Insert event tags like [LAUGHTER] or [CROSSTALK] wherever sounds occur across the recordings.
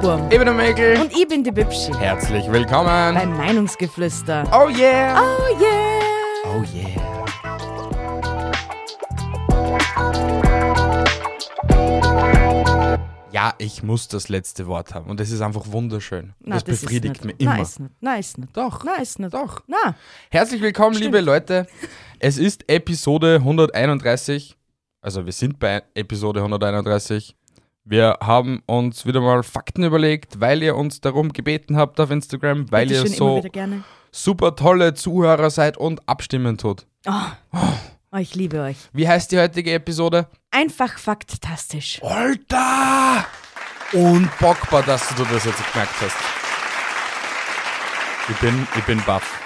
Burm. ich bin der Mäkel. Und ich bin die Bibschi. Herzlich willkommen. Beim Meinungsgeflüster. Oh yeah. Oh yeah! Oh yeah. Ja, ich muss das letzte Wort haben und das ist einfach wunderschön. das, befriedigt ist mich nicht. immer. Nein, ist nicht. Nein, ist nicht. Doch. Nein, ist nicht. Doch. Nein. Herzlich willkommen, liebe Leute. Es ist Episode 131. Also wir sind bei Episode 131. Wir haben uns wieder mal Fakten überlegt, weil ihr uns darum gebeten habt auf Instagram, weil Bitte ihr schön, immer so wieder gerne. super tolle Zuhörer seid und abstimmen tut. Oh, ich liebe euch. Wie heißt die heutige Episode? Einfach faktastisch. Alter! Unbockbar, dass du das jetzt gemerkt hast. Ich bin, ich bin baff.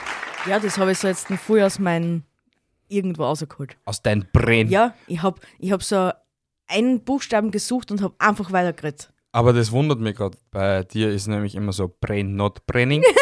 Ja, das habe ich so jetzt früh aus meinem irgendwo rausgeholt. Aus deinem Brain. Ja, ich habe ich hab so einen Buchstaben gesucht und habe einfach weitergeredet. Aber das wundert mich gerade. Bei dir ist nämlich immer so Brain not Braining. [LAUGHS]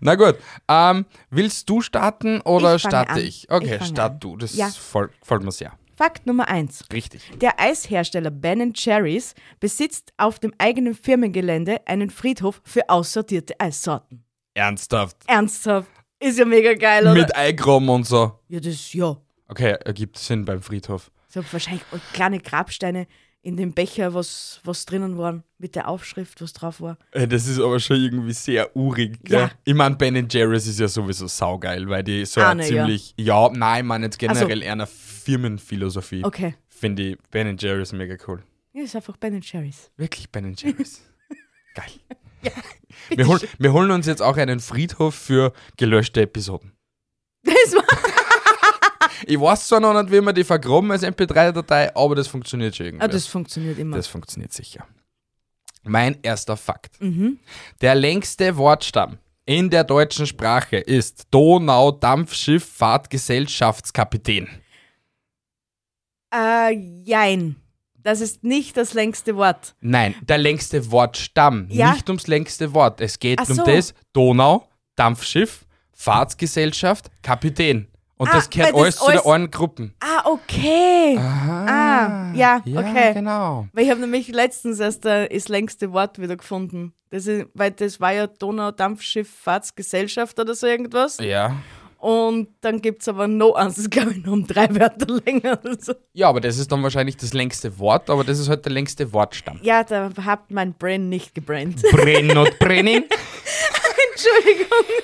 Na gut, ähm, willst du starten oder Ich fange starte an. ich? Okay, Ich fange start an. du. Das Ja. voll, gefällt mir sehr. Fakt Nummer eins. Richtig. Der Eishersteller Ben Jerry's besitzt auf dem eigenen Firmengelände einen Friedhof für aussortierte Eissorten. Ernsthaft. Ernsthaft. Ist ja mega geil, oder? Mit Eigraben und so. ja, das ja. Okay, ergibt Sinn beim Friedhof. Ich habe wahrscheinlich auch kleine Grabsteine in dem Becher, was, was drinnen waren, mit der Aufschrift, was drauf war. Äh, Das ist aber schon irgendwie sehr urig. Gell? Ja. Ich meine, Ben Jerry's ist ja sowieso saugeil, weil die so Ah, ne, eine ja. ziemlich. Ja, nein, ich meine jetzt so. generell eher eine Firmenphilosophie. Okay. Finde ich Ben Jerry's mega cool. Ja, ist einfach Ben Jerry's. Wirklich Ben Jerry's. Geil. [LAUGHS] wir, holen, wir holen uns jetzt auch einen Friedhof für gelöschte Episoden. [LAUGHS] Das war, Ich weiß zwar noch nicht, wie man die vergraben als MP3-Datei, aber das funktioniert schon irgendwie. ah, das funktioniert immer. Das funktioniert sicher. Mein erster Fakt. Mhm. Der längste Wortstamm in der deutschen Sprache ist Donau-Dampfschiff-Fahrtgesellschaftskapitän. äh, jein. Das ist nicht das längste Wort. Nein, der längste Wortstamm. Ja. Nicht ums längste Wort. Es geht Ach um so. das Donau-Dampfschiff, Fahrtgesellschaft, Kapitän. Und Ah, das gehört weil alles das zu der alles- einen Gruppen. Ah, okay. Ah, ja, okay. genau. Weil ich habe nämlich letztens erst äh, das längste Wort wieder gefunden. Das ist, weil das war ja Donau-Dampfschiff-Fahrtsgesellschaft oder so irgendwas. Ja. Und dann gibt es aber noch eins, das glaube ich noch um drei Wörter [LAUGHS] länger. Oder so. ja, aber das ist dann wahrscheinlich das längste Wort, aber das ist halt der längste Wortstamm. Ja, da habt mein Brain nicht gebrannt. Brenn und Brenning. [LAUGHS] Entschuldigung.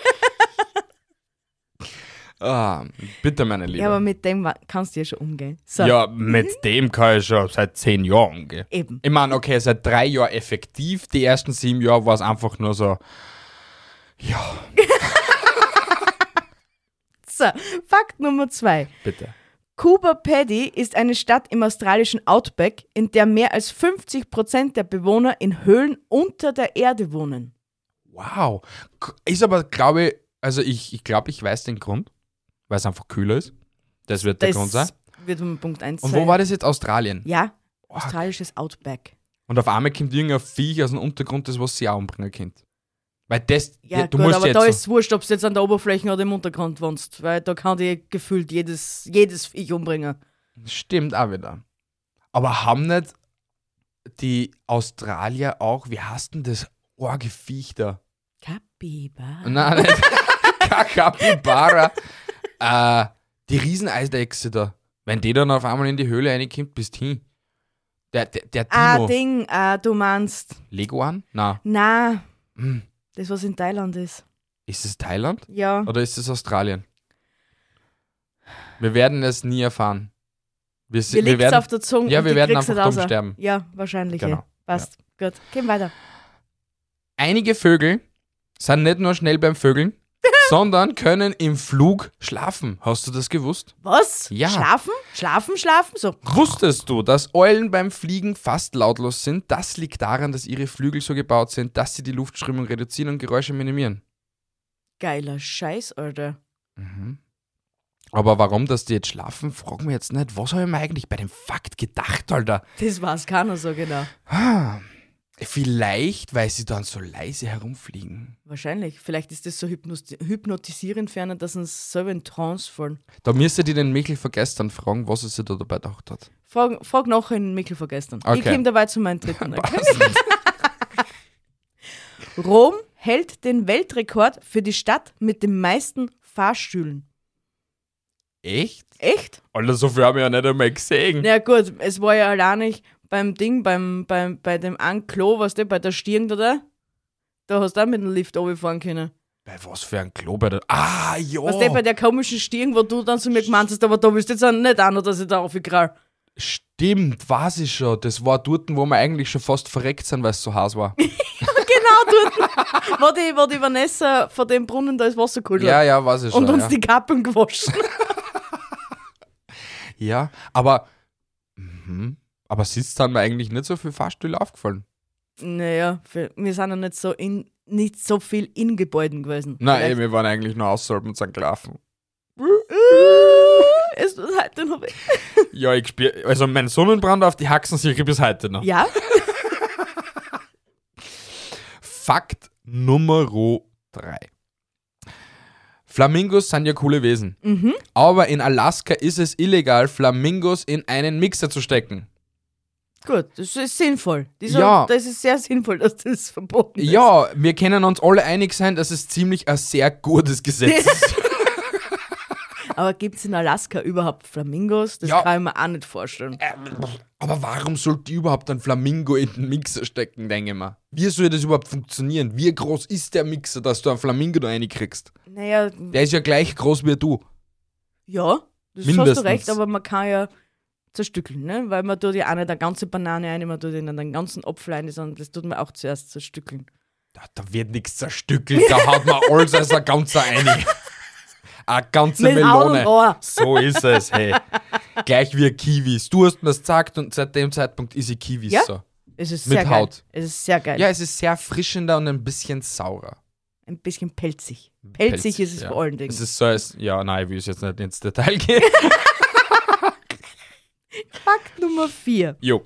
Ah, bitte, meine Liebe. Ja, Ja, aber mit dem wa- kannst du ja schon umgehen. So, mit dem kann ich schon seit zehn Jahren umgehen. eben. Ich meine, okay, seit drei Jahren effektiv. Die ersten sieben Jahre war es einfach nur so. Ja, So, Fakt Nummer zwei. bitte. Cuba Paddy ist eine Stadt im australischen Outback, in der mehr als 50 Prozent der Bewohner in Höhlen unter der Erde wohnen. Wow. K- Ist aber, glaube ich, also ich, ich glaube, ich weiß den Grund, weil es einfach kühler ist. Das wird der Grund sein. wird um Punkt 1 Und sein. wo war das jetzt? Australien. Ja, australisches Outback. Und auf einmal kommt irgendein Viech aus dem Untergrund, das was sie auch umbringen könnte. Weil das, Ja, ja, du gut, musst aber jetzt. da so- ist wurscht, ob du jetzt an der Oberfläche oder im Untergrund wohnst, weil da kann dir gefühlt jedes, jedes Viech umbringen. Stimmt auch wieder. Aber haben nicht die Australier auch, wie heißt denn das orge Viech da? Kapiba. Nein, [LAUGHS] nicht. Kakapibara. äh, die Rieseneisechse da. Wenn die dann auf einmal in die Höhle reinkommt, bist du hin. Der, der, der Ah, Dino. Ding, ah, du meinst, Leguan? Na, na, Hm. das was in Thailand ist. ist es Thailand Ja, oder ist es Australien? Wir werden es nie erfahren. Wir, se- dir wir liegt's werden auf der Zunge. Ja, und wir du werden kriegst einfach es dumm raus. sterben. Ja, wahrscheinlich. Genau. eh. Passt. Gut, gehen weiter. einige Vögel sind nicht nur schnell beim Vögeln, sondern können im Flug schlafen. Hast du das gewusst? Was? Ja. Schlafen? Schlafen, schlafen? So. Wusstest du, dass Eulen beim Fliegen fast lautlos sind? Das liegt daran, dass ihre Flügel so gebaut sind, dass sie die Luftströmung reduzieren und Geräusche minimieren. Geiler Scheiß, Alter. Aber warum, dass die jetzt schlafen, fragen wir jetzt nicht. Was habe ich mir eigentlich bei dem Fakt gedacht, Alter? Ah, Das weiß keiner so genau. Vielleicht, weil sie dann so leise herumfliegen. Wahrscheinlich. Vielleicht ist das so hypnos- hypnotisierend ferner, dass uns selber in Trance fallen. Da müsst ihr den Michel von gestern fragen, was er sich da dabei gedacht hat. Frag, frag nachher den Mikkel von gestern. Ich Okay. komme dabei zu [LAUGHS] meinem dritten. Okay? Rom hält den Weltrekord für die Stadt mit den meisten Fahrstühlen. Echt? Echt? Alter, so viel haben wir ja nicht einmal gesehen. Na gut, es war ja allein nicht beim Ding, beim, beim, bei dem einen Klo, was du, bei der Stirn oder? Da hast du auch mit dem Lift runterfahren können. Bei was für ein Klo bei der. Ah, ja! Weißt du, bei der komischen Stirn, wo du dann zu mir gemeint hast, aber da willst du jetzt auch nicht an, oder dass ich da aufgekrall. Stimmt, weiß ich schon. Das war dort, wo wir eigentlich schon fast verreckt sind, weil es so heiß [LAUGHS] war. War Genau die, war die Vanessa von dem Brunnen da ist Wasser geholt ja, hat ja, weiß ich schon. und uns ja. die Kappen gewaschen. [LAUGHS] ja, aber. Mhm. Aber sitzt dann mir eigentlich nicht so viel Fahrstühle aufgefallen. naja, für- wir sind ja nicht so in nicht so viel in Gebäuden gewesen. Nein, Vielleicht- eh, wir waren eigentlich nur außerhalb und sind gelaufen. Es tut halt den hab ich. Ja, ich spüre. Also, mein Sonnenbrand auf die Haxen sicher bis heute noch. Ja, Fakt Nummer 3. Flamingos sind ja coole Wesen. Aber in Alaska ist es illegal, Flamingos in einen Mixer zu stecken. gut, das ist sinnvoll. Dieser, Ja. Das ist sehr sinnvoll, dass das verboten ist. Ja, wir können uns alle einig sein, dass es ziemlich ein sehr gutes Gesetz ist. Aber gibt es in Alaska überhaupt Flamingos? Das Ja. Äh. kann ich mir auch nicht vorstellen. Aber warum sollte ich überhaupt ein Flamingo in den Mixer stecken, denke ich mal? Wie soll das überhaupt funktionieren? Wie groß ist der Mixer, dass du einen Flamingo da reinkriegst? Naja, Der ist ja gleich groß wie du. ja, das hast du Mindestens. recht, aber man kann ja zerstückeln, ne? Weil man tut ja auch nicht eine ganze Banane ein, man tut ja nicht einen ganzen Apfel ein, sondern das tut man auch zuerst zerstückeln. Da, da wird nichts zerstückelt, da hat man alles als ein ganzer eine. Eine ganze Mit Augen und Melone. Ohr. So ist es, hey. Gleich wie Kiwis. Du hast mir das gesagt und seit dem Zeitpunkt ist ich Kiwis Ja? so. Es ist Mit sehr Haut. geil. Es ist sehr geil. Ja, es ist sehr frischender und ein bisschen saurer. Ein bisschen pelzig. Pelzig ist es ja. vor allen Dingen. Es ist so, als, ja, nein, ich will es jetzt nicht ins Detail [LAUGHS] gehen. Fakt Nummer 4. jo.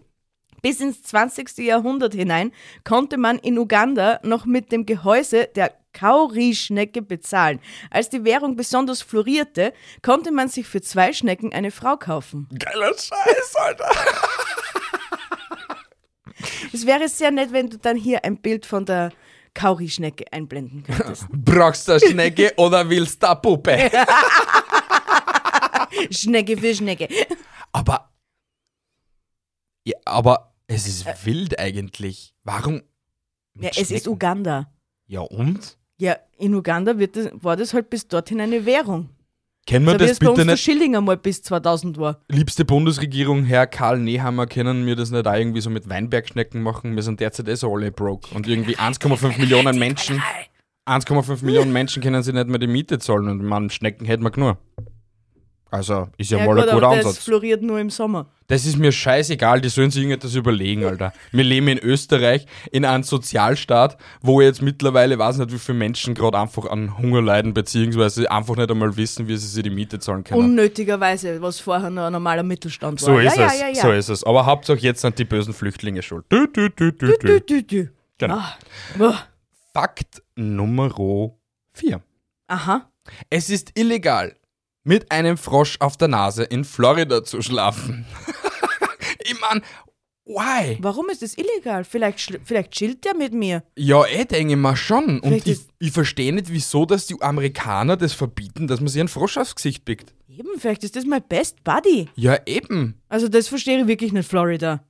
Bis ins 20. Jahrhundert hinein konnte man in Uganda noch mit dem Gehäuse der Kauri-Schnecke bezahlen. Als die Währung besonders florierte, konnte man sich für zwei Schnecken eine Frau kaufen. Geiler Scheiß, Alter. Es wäre sehr nett, wenn du dann hier ein Bild von der Kauri-Schnecke einblenden [LAUGHS] könntest. Brauchst du eine Schnecke oder willst du eine Puppe? Schnecke für Schnecke. Aber. Ja, aber es ist wild eigentlich. Warum? Ja, mit es ist Schnecken? Uganda. Ja, und? Ja, in Uganda wird das, war das halt bis dorthin eine Währung. Kennen wir So wie das Also es bei uns bitte der nicht? Schilling einmal bis 2000 war. Liebste Bundesregierung, Herr Karl Nehammer, können wir das nicht auch irgendwie so mit Weinbergschnecken machen? Wir sind derzeit eh so alle broke. Und irgendwie 1,5 Millionen Menschen. 1,5 Millionen Menschen können sich nicht mehr die Miete zahlen und man Schnecken hätten wir genug. Also ist ja, mal ein guter aber das Ansatz. floriert nur im Sommer. Das ist mir scheißegal, die sollen sich irgendetwas überlegen, Alter. Wir leben in Österreich, in einem Sozialstaat, wo jetzt mittlerweile weiß nicht, wie viele Menschen gerade einfach an Hunger leiden, beziehungsweise einfach nicht einmal wissen, wie sie sich die Miete zahlen können. Unnötigerweise, was vorher noch ein normaler Mittelstand war. So ist ja, es, Ja, ja, ja. so ist es. Aber Hauptsache jetzt sind die bösen Flüchtlinge schuld. Dü, dü, dü, dü, dü. Dü, dü, dü. Genau. Ah. Boah. Fakt Nummer 4. Aha. Es ist illegal, mit einem Frosch auf der Nase in Florida zu schlafen. [LAUGHS] ich mein, why? Warum ist das illegal? Vielleicht, schl- vielleicht chillt der mit mir. Ja, eh, denke ich mal schon. Und Vielleicht ich, ist- ich verstehe nicht, wieso dass die Amerikaner das verbieten, dass man sich einen Frosch aufs Gesicht pickt. Eben, vielleicht ist das mein Best Buddy. Ja, eben. Also das verstehe ich wirklich nicht, Florida.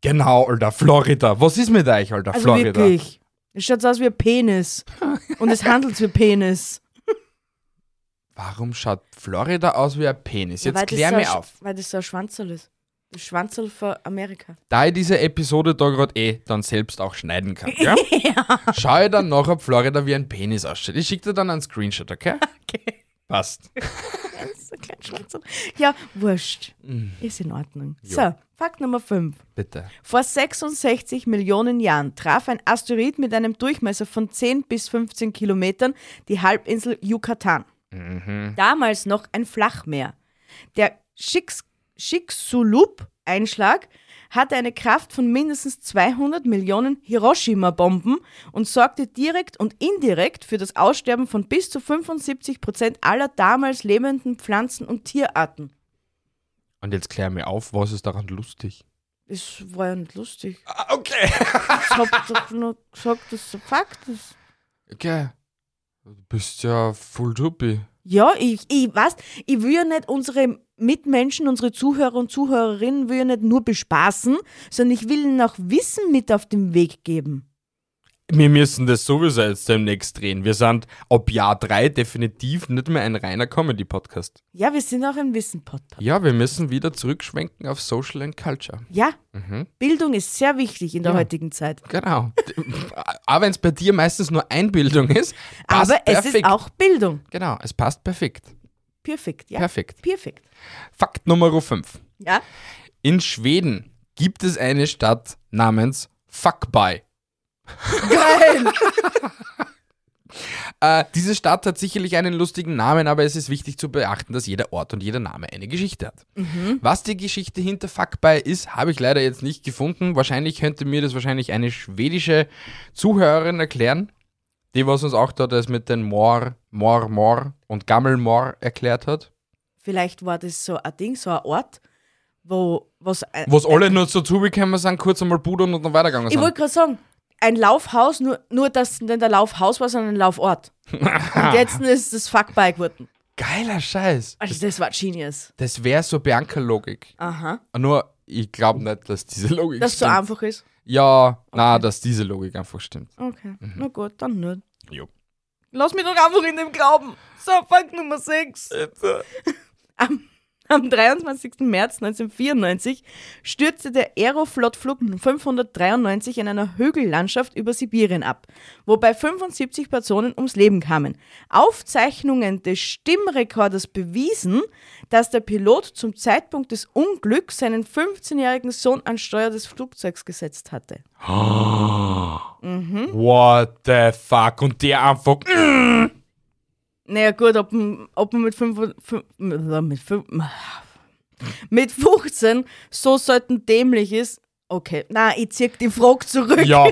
Genau, Alter, Florida. Was ist mit euch, Alter, Also Florida? wirklich. Es schaut so aus wie [LAUGHS] ein Penis. Und es handelt wie Penis. Warum schaut Florida aus wie ein Penis? Jetzt Weil das klär so mir ein Sch- auf. Weil das so ein Schwanzerl ist. Das Schwanzel von Amerika. [LAUGHS] Da ich diese Episode da gerade eh dann selbst auch schneiden kann, ja? Schau ich dann nachher auf Florida, wie ein Penis ausschaut. Ich schicke dir dann einen Screenshot, okay? Okay. Passt. Das ist ein kleines Schwanzel. Ja, wurscht. Mhm. Ist in Ordnung. So, Fakt Nummer 5. Bitte. Vor 66 Millionen Jahren traf ein Asteroid mit einem Durchmesser von 10 bis 15 Kilometern die Halbinsel Yucatan. Damals noch ein Flachmeer. Der Schicks Chicxulub-Einschlag hatte eine Kraft von mindestens 200 Millionen Hiroshima-Bomben und sorgte direkt und indirekt für das Aussterben von bis zu 75 Prozent aller damals lebenden Pflanzen und Tierarten. Und jetzt klär mir auf, was ist daran lustig? Das war ja nicht lustig. Ah, okay. Ich hab doch nur gesagt, dass es ein Fakt ist. Okay. Du bist ja full dupi. Ja, ich, ich weiß, ich will ja nicht unsere Mitmenschen, unsere Zuhörer und Zuhörerinnen, will ja nicht nur bespaßen, sondern ich will ihnen auch Wissen mit auf den Weg geben. Wir müssen das sowieso jetzt demnächst drehen. Wir sind ab Jahr 3 definitiv nicht mehr ein reiner Comedy-Podcast. Ja, wir sind auch ein Wissen-Podcast. Ja, wir müssen wieder zurückschwenken auf Social and Culture. Ja, Bildung ist sehr wichtig in der Mhm. Ja. heutigen Zeit. Genau. [LAUGHS] Auch wenn es bei dir meistens nur Einbildung ist. Passt Aber es perfekt. ist auch Bildung. Genau, es passt perfekt. Perfekt, ja. Perfekt. Perfekt. Fakt Nummer 5. Ja. In Schweden gibt es eine Stadt namens Fuckby. Geil. Äh, diese Stadt hat sicherlich einen lustigen Namen, aber es ist wichtig zu beachten, dass jeder Ort und jeder Name eine Geschichte hat. Mhm. Was die Geschichte hinter Fuckby ist, habe ich leider jetzt nicht gefunden. Wahrscheinlich könnte mir das wahrscheinlich eine schwedische Zuhörerin erklären, die was uns auch da das mit den Moor, Moor, Moor und Gammelmoor erklärt hat. [LAUGHS] Vielleicht war das so ein Ding, so ein Ort, wo was. äh, ein- Was alle nur so zugekommen sind, kurz einmal pudern und dann weitergegangen Ich sind. wollte gerade sagen, ein Laufhaus, nur, nur dass nicht ein Laufhaus war, sondern ein Laufort. Und jetzt ist das Fuckbike geworden. Geiler Scheiß. Also das war genius. Das wäre so Bianca-Logik. Aha. Nur, ich glaube nicht, dass diese Logik Dass es so stimmt. einfach ist. Ja, na, dass diese Logik einfach stimmt. Okay. Na gut, dann nicht. Jo. Lass mich doch einfach in dem Glauben. So, Fakt Nummer 6. [LAUGHS] Am 23. März 1994 stürzte der Aeroflot-Flug 593 in einer Hügellandschaft über Sibirien ab, wobei 75 Personen ums Leben kamen. Aufzeichnungen des Stimmrekorders bewiesen, dass der Pilot zum Zeitpunkt des Unglücks seinen 15-jährigen Sohn an Steuer des Flugzeugs gesetzt hatte. What the fuck? Und der [LAUGHS] einfach. Naja, gut, ob, m- ob man mit fünf fün- mit, fün- mit 15 so selten dämlich ist. Okay, na, ich zieh die Frage zurück. Ja,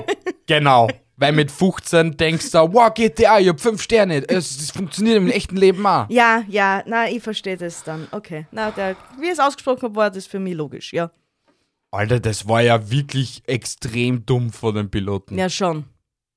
genau. Weil mit 15 denkst du, wow, GTA, ich hab 5 Sterne. Es, das funktioniert im echten Leben auch. Ja, ja, na, ich verstehe das dann. Okay, na, der, wie es ausgesprochen habe, war das für mich logisch, ja. Alter, das war ja wirklich extrem dumm von dem Piloten. Ja, schon.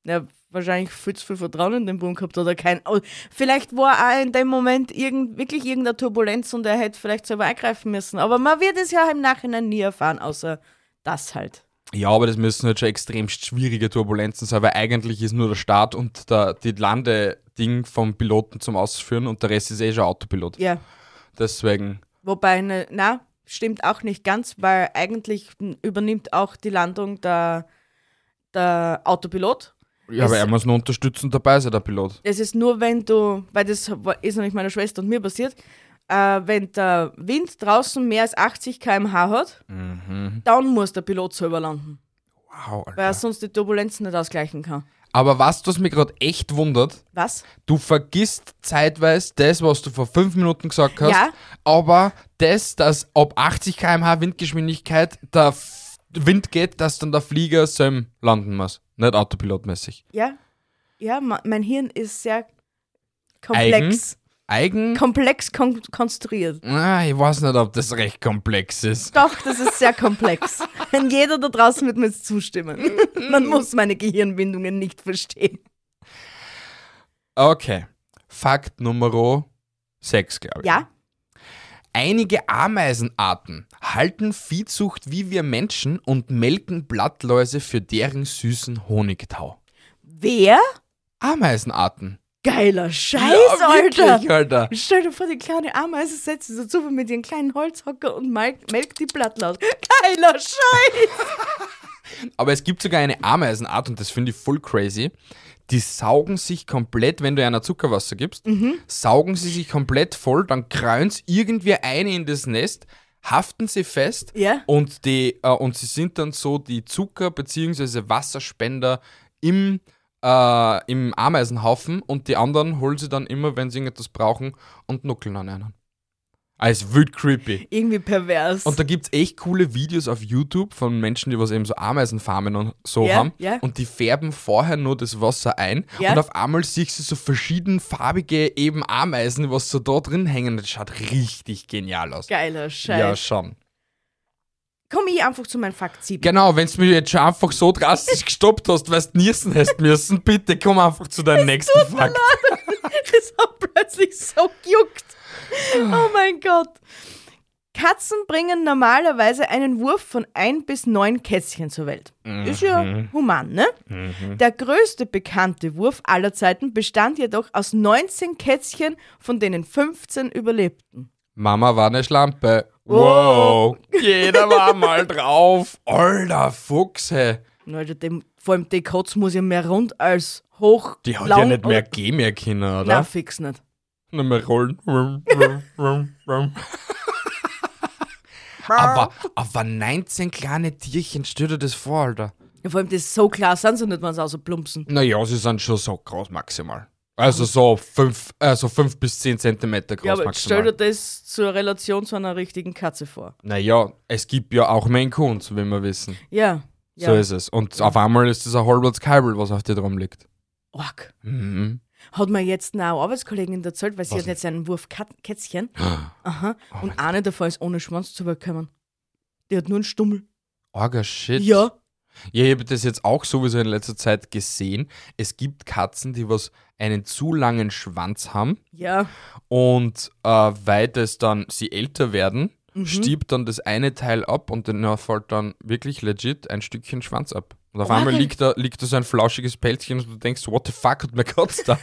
Ja, wahrscheinlich viel zu viel Vertrauen in den Bund gehabt oder kein. oh, Vielleicht war auch in dem Moment irgend, wirklich irgendeine Turbulenz und er hätte vielleicht selber eingreifen müssen. Aber man wird es ja im Nachhinein nie erfahren, außer das halt. Ja, aber das müssen halt schon extrem schwierige Turbulenzen sein, weil eigentlich ist nur der Start und der, die Landeding vom Piloten zum Ausführen und der Rest ist eh schon Autopilot. Ja. Deswegen, Wobei, ne, na, stimmt auch nicht ganz, weil eigentlich n- übernimmt auch die Landung der, der Autopilot. ja, aber Es- er muss nur unterstützend dabei sein, der Pilot. Es ist nur, wenn du, weil das war- ist nämlich meiner Schwester und mir passiert, äh, wenn der Wind draußen mehr als 80 km/h hat, dann muss der Pilot selber landen, Wow, weil Alter. er sonst die Turbulenzen nicht ausgleichen kann. Aber was, was mich gerade echt wundert, Was? du vergisst zeitweise das, was du vor fünf Minuten gesagt hast, Ja. aber das, dass ab 80 km/h Windgeschwindigkeit der F Wind geht, dass dann der Flieger selber landen muss. Nicht autopilotmäßig. Ja? Ja, ma- mein Hirn ist sehr komplex. Eigen. Komplex kon konstruiert. Ah, ich weiß nicht, ob das recht komplex ist. Doch, das ist sehr komplex. Wenn jeder da draußen wird mir jetzt zustimmen. Mhm. Man muss meine Gehirnwindungen nicht verstehen. Okay. Fakt Nummer 6, glaube ich. Ja? Einige Ameisenarten halten Viehzucht wie wir Menschen und melken Blattläuse für deren süßen Honigtau. Wer? Ameisenarten. Geiler Scheiß, ja, Alter! wirklich, Alter. Stell dir vor, die kleine Ameise setzt sich so zu mit ihren kleinen Holzhocker und melkt, melkt die Platten aus. Geiler Scheiß! Aber es gibt sogar eine Ameisenart, und das finde ich voll crazy. Die saugen sich komplett, wenn du einer Zuckerwasser gibst, saugen sie sich komplett voll, dann krallen sie irgendwie eine in das Nest, haften sie fest Ja. und, die, äh, und sie sind dann so die Zucker- bzw. Wasserspender im, äh, im Ameisenhaufen und die anderen holen sie dann immer, wenn sie irgendetwas brauchen, und nuckeln an einen. Als wild creepy. Irgendwie pervers. Und da gibt es echt coole Videos auf YouTube von Menschen, die was eben so Ameisenfarmen und so Ja, haben. ja. Und die färben vorher nur das Wasser ein. Ja. Und auf einmal siehst du so verschiedenfarbige eben Ameisen, was so da drin hängen. Das schaut richtig genial aus. Geiler Ja, Scheiß. schon. Komm ich einfach zu meinem Fakt 7. Genau, wenn du mich jetzt schon einfach so drastisch [LAUGHS] gestoppt hast, weil du niesen hast müssen, bitte komm einfach zu deinem nächsten Fakt. [LAUGHS] Das hat plötzlich so gejuckt. Oh mein Gott. Katzen bringen normalerweise einen Wurf von ein bis neun Kätzchen zur Welt. Ist ja Mhm. human, ne? Der größte bekannte Wurf aller Zeiten bestand jedoch aus 19 Kätzchen, von denen 15 überlebten. Mama war eine Schlampe. Wow. Wow. Jeder war mal drauf. Alter Fuchse. Alter, also dem, vor allem die Katz muss ja mehr rund als hoch. Die hat ja lang nicht mehr oder- G mehr Kinder, oder? Nein, fix nicht. Nicht mehr rollen. Rum, rum, rum, rum. aber, aber 19 kleine Tierchen, stell dir das vor, Alter. Ja, vor allem, das so klar sind sie nicht, wenn sie ausplumpsen. Naja, sie sind schon so groß maximal. Also so 5 also fünf bis 10 Zentimeter groß Ja, aber jetzt stell dir maximal. das zur Relation zu einer richtigen Katze vor. Naja, es gibt ja auch Maine Coons, wie wir wissen. Ja. ja. So ist es. Und auf einmal ist das ein halbes Kabel, was auf dir drum liegt. Org. Mhm. Hat mir jetzt eine Arbeitskollegin erzählt, weil Was Ah. sie Oh hat jetzt einen Wurf Kat Kätzchen. Aha. und eine davon ist ohne Schwanz zu gekommen. Die hat nur einen Stummel. Orga Shit. Ja. Ja, ich habe das jetzt auch sowieso in letzter Zeit gesehen. Es gibt Katzen, die was einen zu langen Schwanz haben Ja. und äh, weil das dann sie älter werden, stiebt dann das eine Teil ab und dann fällt dann wirklich legit ein Stückchen Schwanz ab. Und auf Orgel. einmal liegt da, liegt da so ein flauschiges Pelzchen und du denkst, what the fuck hat mir Katze da?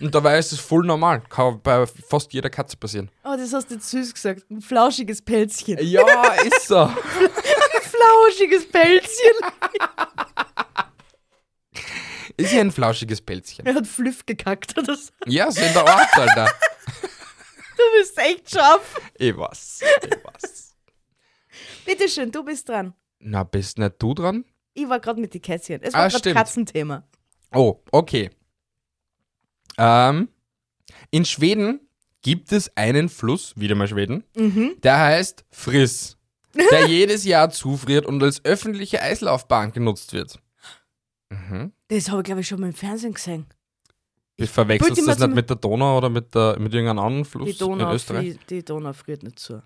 und dabei ist es voll normal. Kann bei fast jeder Katze passieren. Oh, das hast du jetzt süß gesagt. Ein flauschiges Pelzchen. Ja, [LAUGHS] ist so. [LAUGHS] Flauschiges Pelzchen. [LAUGHS] Ist ja ein flauschiges Pelzchen. Er hat Flüff gekackt. oder so. Ja, so in der Art, Alter. Du bist echt scharf. Ich weiß. Ich weiß. Bitteschön, du bist dran. Na, bist nicht du dran? Ich war gerade mit den Kätzchen. Es war Ah, gerade stimmt. Katzenthema. Oh, okay. Ähm, in Schweden gibt es einen Fluss, wieder mal Schweden, Mhm. der heißt Friss, [LAUGHS] der jedes Jahr zufriert und als öffentliche Eislaufbahn genutzt wird. Mhm. Das habe ich, glaube ich, schon mal im Fernsehen gesehen. Ich verwechselst wollte das mal nicht zum- mit der Donau oder mit, der, mit irgendeinem anderen Fluss Die Donau, in Österreich? die, die Donau friert nicht zu.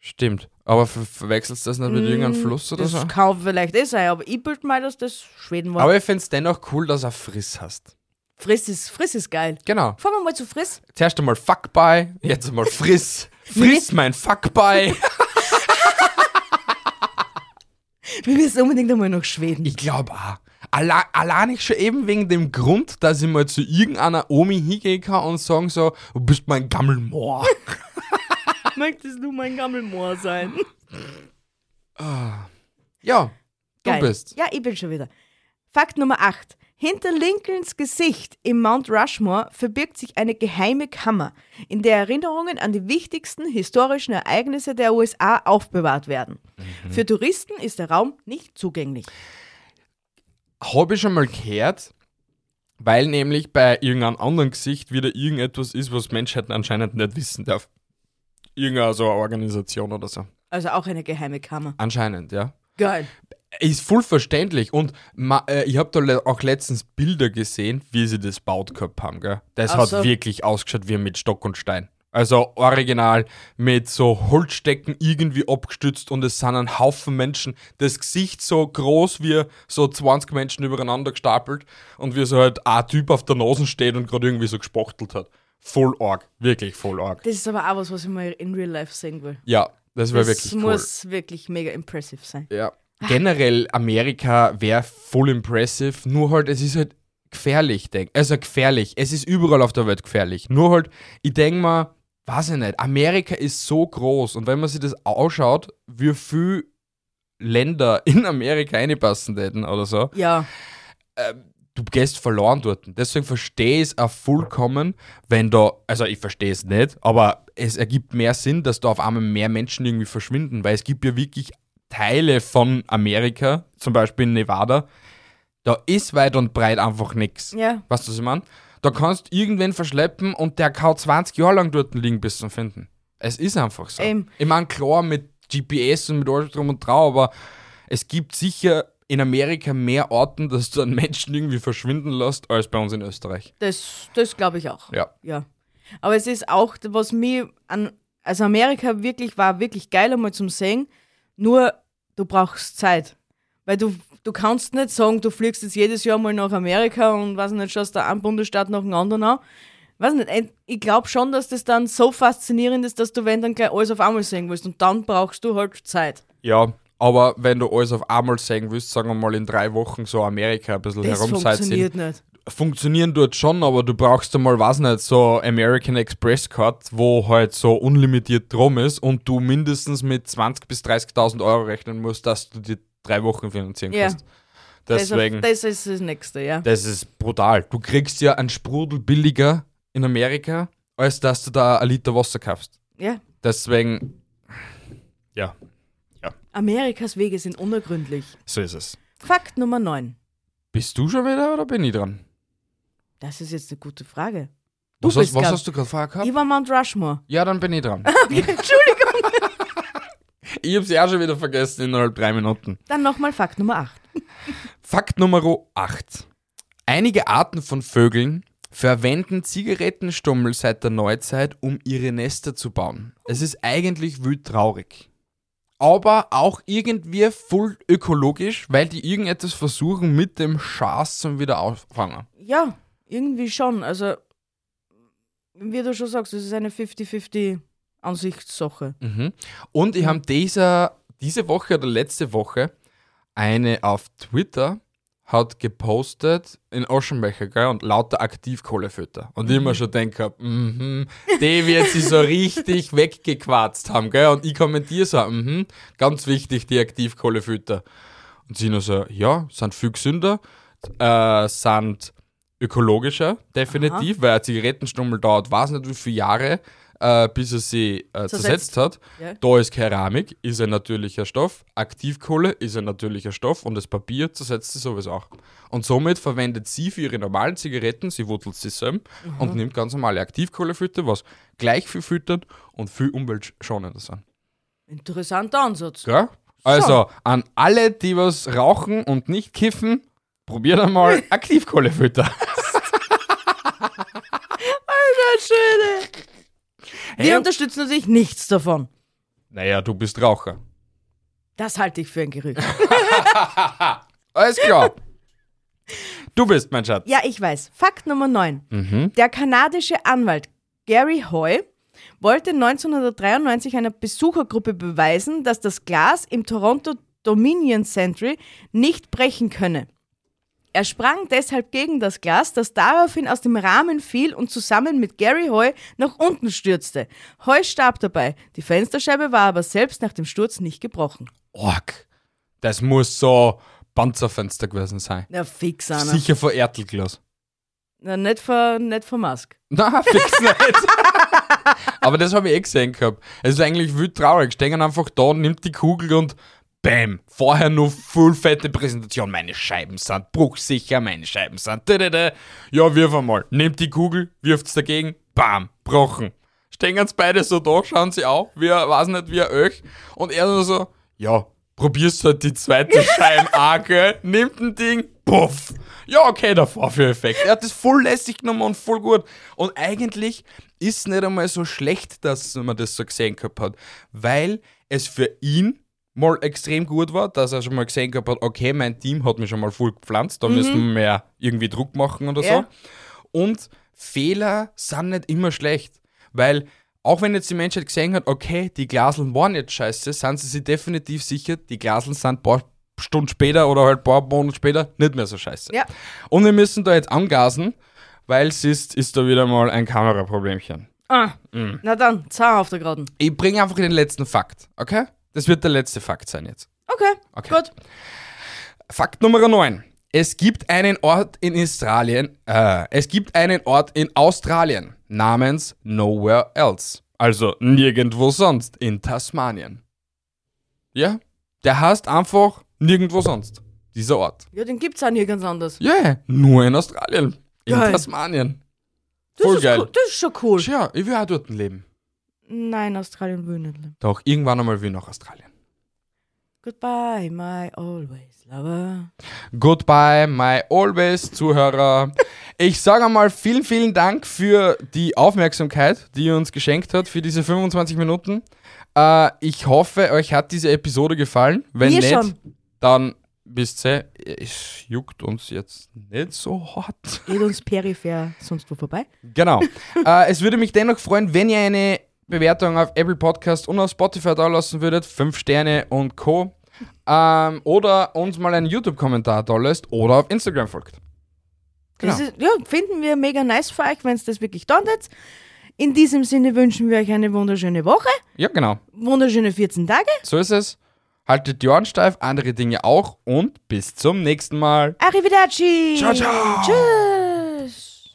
Stimmt. Aber ver verwechselst das nicht mit irgendeinem Mm, Fluss oder das so? kann vielleicht eh sein, aber ich bild mal, dass das Schweden war. Aber ich fände es dennoch cool, dass er Friss hast. Friss ist, Friss ist geil. Genau. Fahren wir mal zu Friss. Zuerst einmal Fuckbye, jetzt einmal Friss. Friss mein Fuckbye. Wir müssen unbedingt einmal nach Schweden. Ich glaube auch. Alla- Allein ich schon eben wegen dem Grund, dass ich mal zu irgendeiner Omi hingehen kann und sagen so, du bist mein Gammelmoor. Möchtest du mein Gammelmoor sein? ja, du [LAUGHS] Geil. bist. Ja, ich bin schon wieder. Fakt Nummer 8. Hinter Lincolns Gesicht im Mount Rushmore verbirgt sich eine geheime Kammer, in der Erinnerungen an die wichtigsten historischen Ereignisse der USA aufbewahrt werden. Mhm. Für Touristen ist der Raum nicht zugänglich. Habe ich schon mal gehört, weil nämlich bei irgendeinem anderen Gesicht wieder irgendetwas ist, was Menschheit anscheinend nicht wissen darf. Irgendeine so eine Organisation oder so. Also auch eine geheime Ah. Kammer. Anscheinend, ja. Geil. Ist voll verständlich und ma, äh, ich habe da le auch letztens Bilder gesehen, wie sie das baut gehabt haben. Gell? Das Ach hat so. wirklich ausgeschaut wie mit Stock und Stein. Also original mit so Holzstecken irgendwie abgestützt und es sind ein Haufen Menschen. Das Gesicht so groß wie so 20 Menschen übereinander gestapelt und wie so halt ein Typ auf der Nase steht und gerade irgendwie so gespochtelt hat. Voll arg, wirklich voll arg. Das ist aber auch was, was ich mal in real life sehen will. Ja, das war Das wirklich cool. muss wirklich mega impressive sein. Ja. Generell Amerika wäre voll impressive, nur halt, es ist halt gefährlich denke. Also gefährlich. Es ist überall auf der Welt gefährlich. Nur halt, ich denke mal, weiß ich nicht, Amerika ist so groß und wenn man sich das ausschaut, wie viel Länder in Amerika reinpassen hätten oder so, Ja, du gehst verloren dort. Deswegen verstehe ich es auch vollkommen, wenn da, also ich verstehe es nicht, aber es ergibt mehr Sinn, dass da auf einmal mehr Menschen irgendwie verschwinden, weil es gibt ja wirklich Teile von Amerika, zum Beispiel in Nevada, da ist weit und breit einfach nichts. Ja. Weißt du, was ich meine? Da kannst du irgendwen verschleppen und der kann 20 Jahre lang dort liegen bis zum Finden. Es ist einfach so. Eben. Ich meine, klar, mit GPS und mit alles drum und drauf, aber es gibt sicher in Amerika mehr Orten, dass du einen Menschen irgendwie verschwinden lässt, als bei uns in Österreich. das, das glaube ich auch. Ja. Ja. Aber es ist auch, was mir an, also Amerika wirklich war, wirklich geil einmal zum Sehen, nur du brauchst Zeit. Weil du, du kannst nicht sagen, du fliegst jetzt jedes Jahr mal nach Amerika und weiß nicht, schaust da einen Bundesstaat nach dem anderen an. Weiß nicht, ein- ich glaube schon, dass das dann so faszinierend ist, dass du wenn dann gleich alles auf einmal sehen willst und dann brauchst du halt Zeit. Ja, aber wenn du alles auf einmal sehen willst, sagen wir mal in drei Wochen so Amerika ein bisschen Das herumseiten, funktioniert nicht. funktionieren dort schon, aber du brauchst einmal, weiß nicht, so American Express Card, wo halt so unlimitiert drum ist und du mindestens mit 20.000 bis 30.000 Euro rechnen musst, dass du dir drei Wochen finanzieren Ja. kannst. Deswegen, das, Das, das ist das Nächste, ja. ist brutal. Du kriegst ja einen Sprudel billiger in Amerika, als dass du da ein Liter Wasser kaufst. ja. Deswegen, ja, Amerikas Wege sind unergründlich. so ist es. Fakt Nummer 9. Bist du schon wieder oder bin ich dran? Das ist jetzt eine gute Frage. Du Was, hast, bist was dran. hast du gerade vorher gehabt? Ich war Mount Rushmore. Ja, dann bin ich dran. Entschuldigung. ich hab's ja auch schon wieder vergessen innerhalb drei Minuten. Dann nochmal Fakt Nummer 8. Fakt Nummer 8. Einige Arten von Vögeln verwenden Zigarettenstummel seit der Neuzeit, um ihre Nester zu bauen. Es ist eigentlich wild traurig. Aber auch irgendwie voll ökologisch, weil die irgendetwas versuchen mit dem Schaß zum Wiederauffangen. Ja, irgendwie schon. Also, wie du schon sagst, es ist eine 50-50 Ansichtssache. Mhm. Und ich habe dieser, diese Woche oder letzte Woche eine auf Twitter hat gepostet in Oschenbecher, gell, und lauter Aktivkohlefütter. Und ich immer schon denk hab, mhm, die wird sie so richtig [LAUGHS] weggequarzt haben, gell, und ich kommentiere so, mhm, ganz wichtig, die Aktivkohlefütter. Und sie nur so, ja, sind viel gesünder, äh, sind ökologischer, definitiv, weil ein Zigarettenstummel dauert, weiß nicht wie viele Jahre, äh, bis er sie äh, zersetzt Zersetzt. hat. Ja. Da ist Keramik, ist ein natürlicher Stoff, Aktivkohle ist ein natürlicher Stoff und das Papier zersetzt sie sowieso auch. Und somit verwendet sie für ihre normalen Zigaretten, sie wurzelt sie selbst und nimmt ganz normale Aktivkohlefütter, was gleich viel füttert und viel umweltschonender sind. Interessanter Ansatz. Gell? Also, an alle, die was rauchen und nicht kiffen, probiert [LAUGHS] einmal Aktivkohlefütter. Schöne. Wir Hey. unterstützen natürlich nichts davon. Naja, du bist Raucher. Das halte ich für ein Gerücht. Alles klar. [LAUGHS] Du bist mein Schatz. Ja, ich weiß. Fakt Nummer 9. Der kanadische Anwalt Gary Hoy wollte 1993 einer Besuchergruppe beweisen, dass das Glas im Toronto Dominion Century nicht brechen könne. Er sprang deshalb gegen das Glas, das daraufhin aus dem Rahmen fiel und zusammen mit Gary Hoy nach unten stürzte. Hoy starb dabei. Die Fensterscheibe war aber selbst nach dem Sturz nicht gebrochen. Org. Das muss so Panzerfenster gewesen sein. Na, fix, Anna. Sicher von Ertelglas. Na, nicht von, nicht von Musk. [LAUGHS] Na, fix nicht. Aber das habe ich eh gesehen gehabt. Es ist eigentlich wild traurig. Stehen einfach da, nimmt die Kugel und bam. Vorher nur voll fette Präsentation. Meine Scheiben sind bruchsicher, meine Scheiben sind. Dödödö. Ja, wirf einmal. Nimmt die Kugel, wirft's dagegen, bam, brochen. Stehen ganz beide so da, schauen sie auch, wie er, weiß nicht, wie er euch. Und er nur so, ja, probierst halt die zweite Scheibe an, gell? Nimmt ein Ding, puff. Ja, okay, der Vorführeffekt. Er hat das voll lässig genommen und voll gut. Und eigentlich ist es nicht einmal so schlecht, dass man das so gesehen gehabt hat, weil es für ihn mal extrem gut war, dass er schon mal gesehen gehabt hat, okay, mein Team hat mich schon mal voll gepflanzt, da müssen wir mehr irgendwie Druck machen oder Ja. so. Und Fehler sind nicht immer schlecht, weil auch wenn jetzt die Menschheit gesehen hat, okay, die Glaseln waren jetzt scheiße, sind sie sich definitiv sicher, die Glaseln sind ba- Stunden später oder halt ein paar Monate später nicht mehr so scheiße. Ja. Und wir müssen da jetzt angasen, weil es ist, ist da wieder mal ein Kameraproblemchen. Ah, na dann, Zahn auf der Geraden. Ich bringe einfach den letzten Fakt, okay? Das wird der letzte Fakt sein jetzt. Okay, Okay. gut. Fakt Nummer 9. Es gibt einen Ort in Australien, äh, es gibt einen Ort in Australien namens Nowhere Else. Also nirgendwo sonst in Tasmanien. Ja? Der heißt einfach nirgendwo sonst. Dieser Ort. Ja, den gibt's auch nirgends anders. Ja, yeah, nur in Australien. In Geil. Tasmanien. Das Voll ist geil. cool. Das ist schon cool. Tja, ich will auch dort leben. Nein, Australien will nicht leben. Doch, irgendwann einmal will ich nach Australien. Goodbye, my always lover. Goodbye, my always Zuhörer. Ich sage einmal vielen, vielen Dank für die Aufmerksamkeit, die ihr uns geschenkt habt, für diese 25 Minuten. Äh, ich hoffe, euch hat diese Episode gefallen. Wenn Mir nicht, schon. dann wisst ihr, es juckt uns jetzt nicht so hart. Geht uns peripher sonst wo vorbei. [LAUGHS] Genau. äh, es würde mich dennoch freuen, wenn ihr eine Bewertung auf Apple Podcast und auf Spotify da lassen würdet. Fünf Sterne und Co. Ähm, oder uns mal einen YouTube-Kommentar da lässt oder auf Instagram folgt. Das Genau. ist, ja, finden wir mega nice für euch, wenn es das wirklich dann jetzt. In diesem Sinne wünschen wir euch eine wunderschöne Woche, Ja, genau. wunderschöne 14 Tage. So ist es. Haltet die Ohren steif, andere Dinge auch und bis zum nächsten Mal. Arrivederci! Ciao, ciao. Tschüss!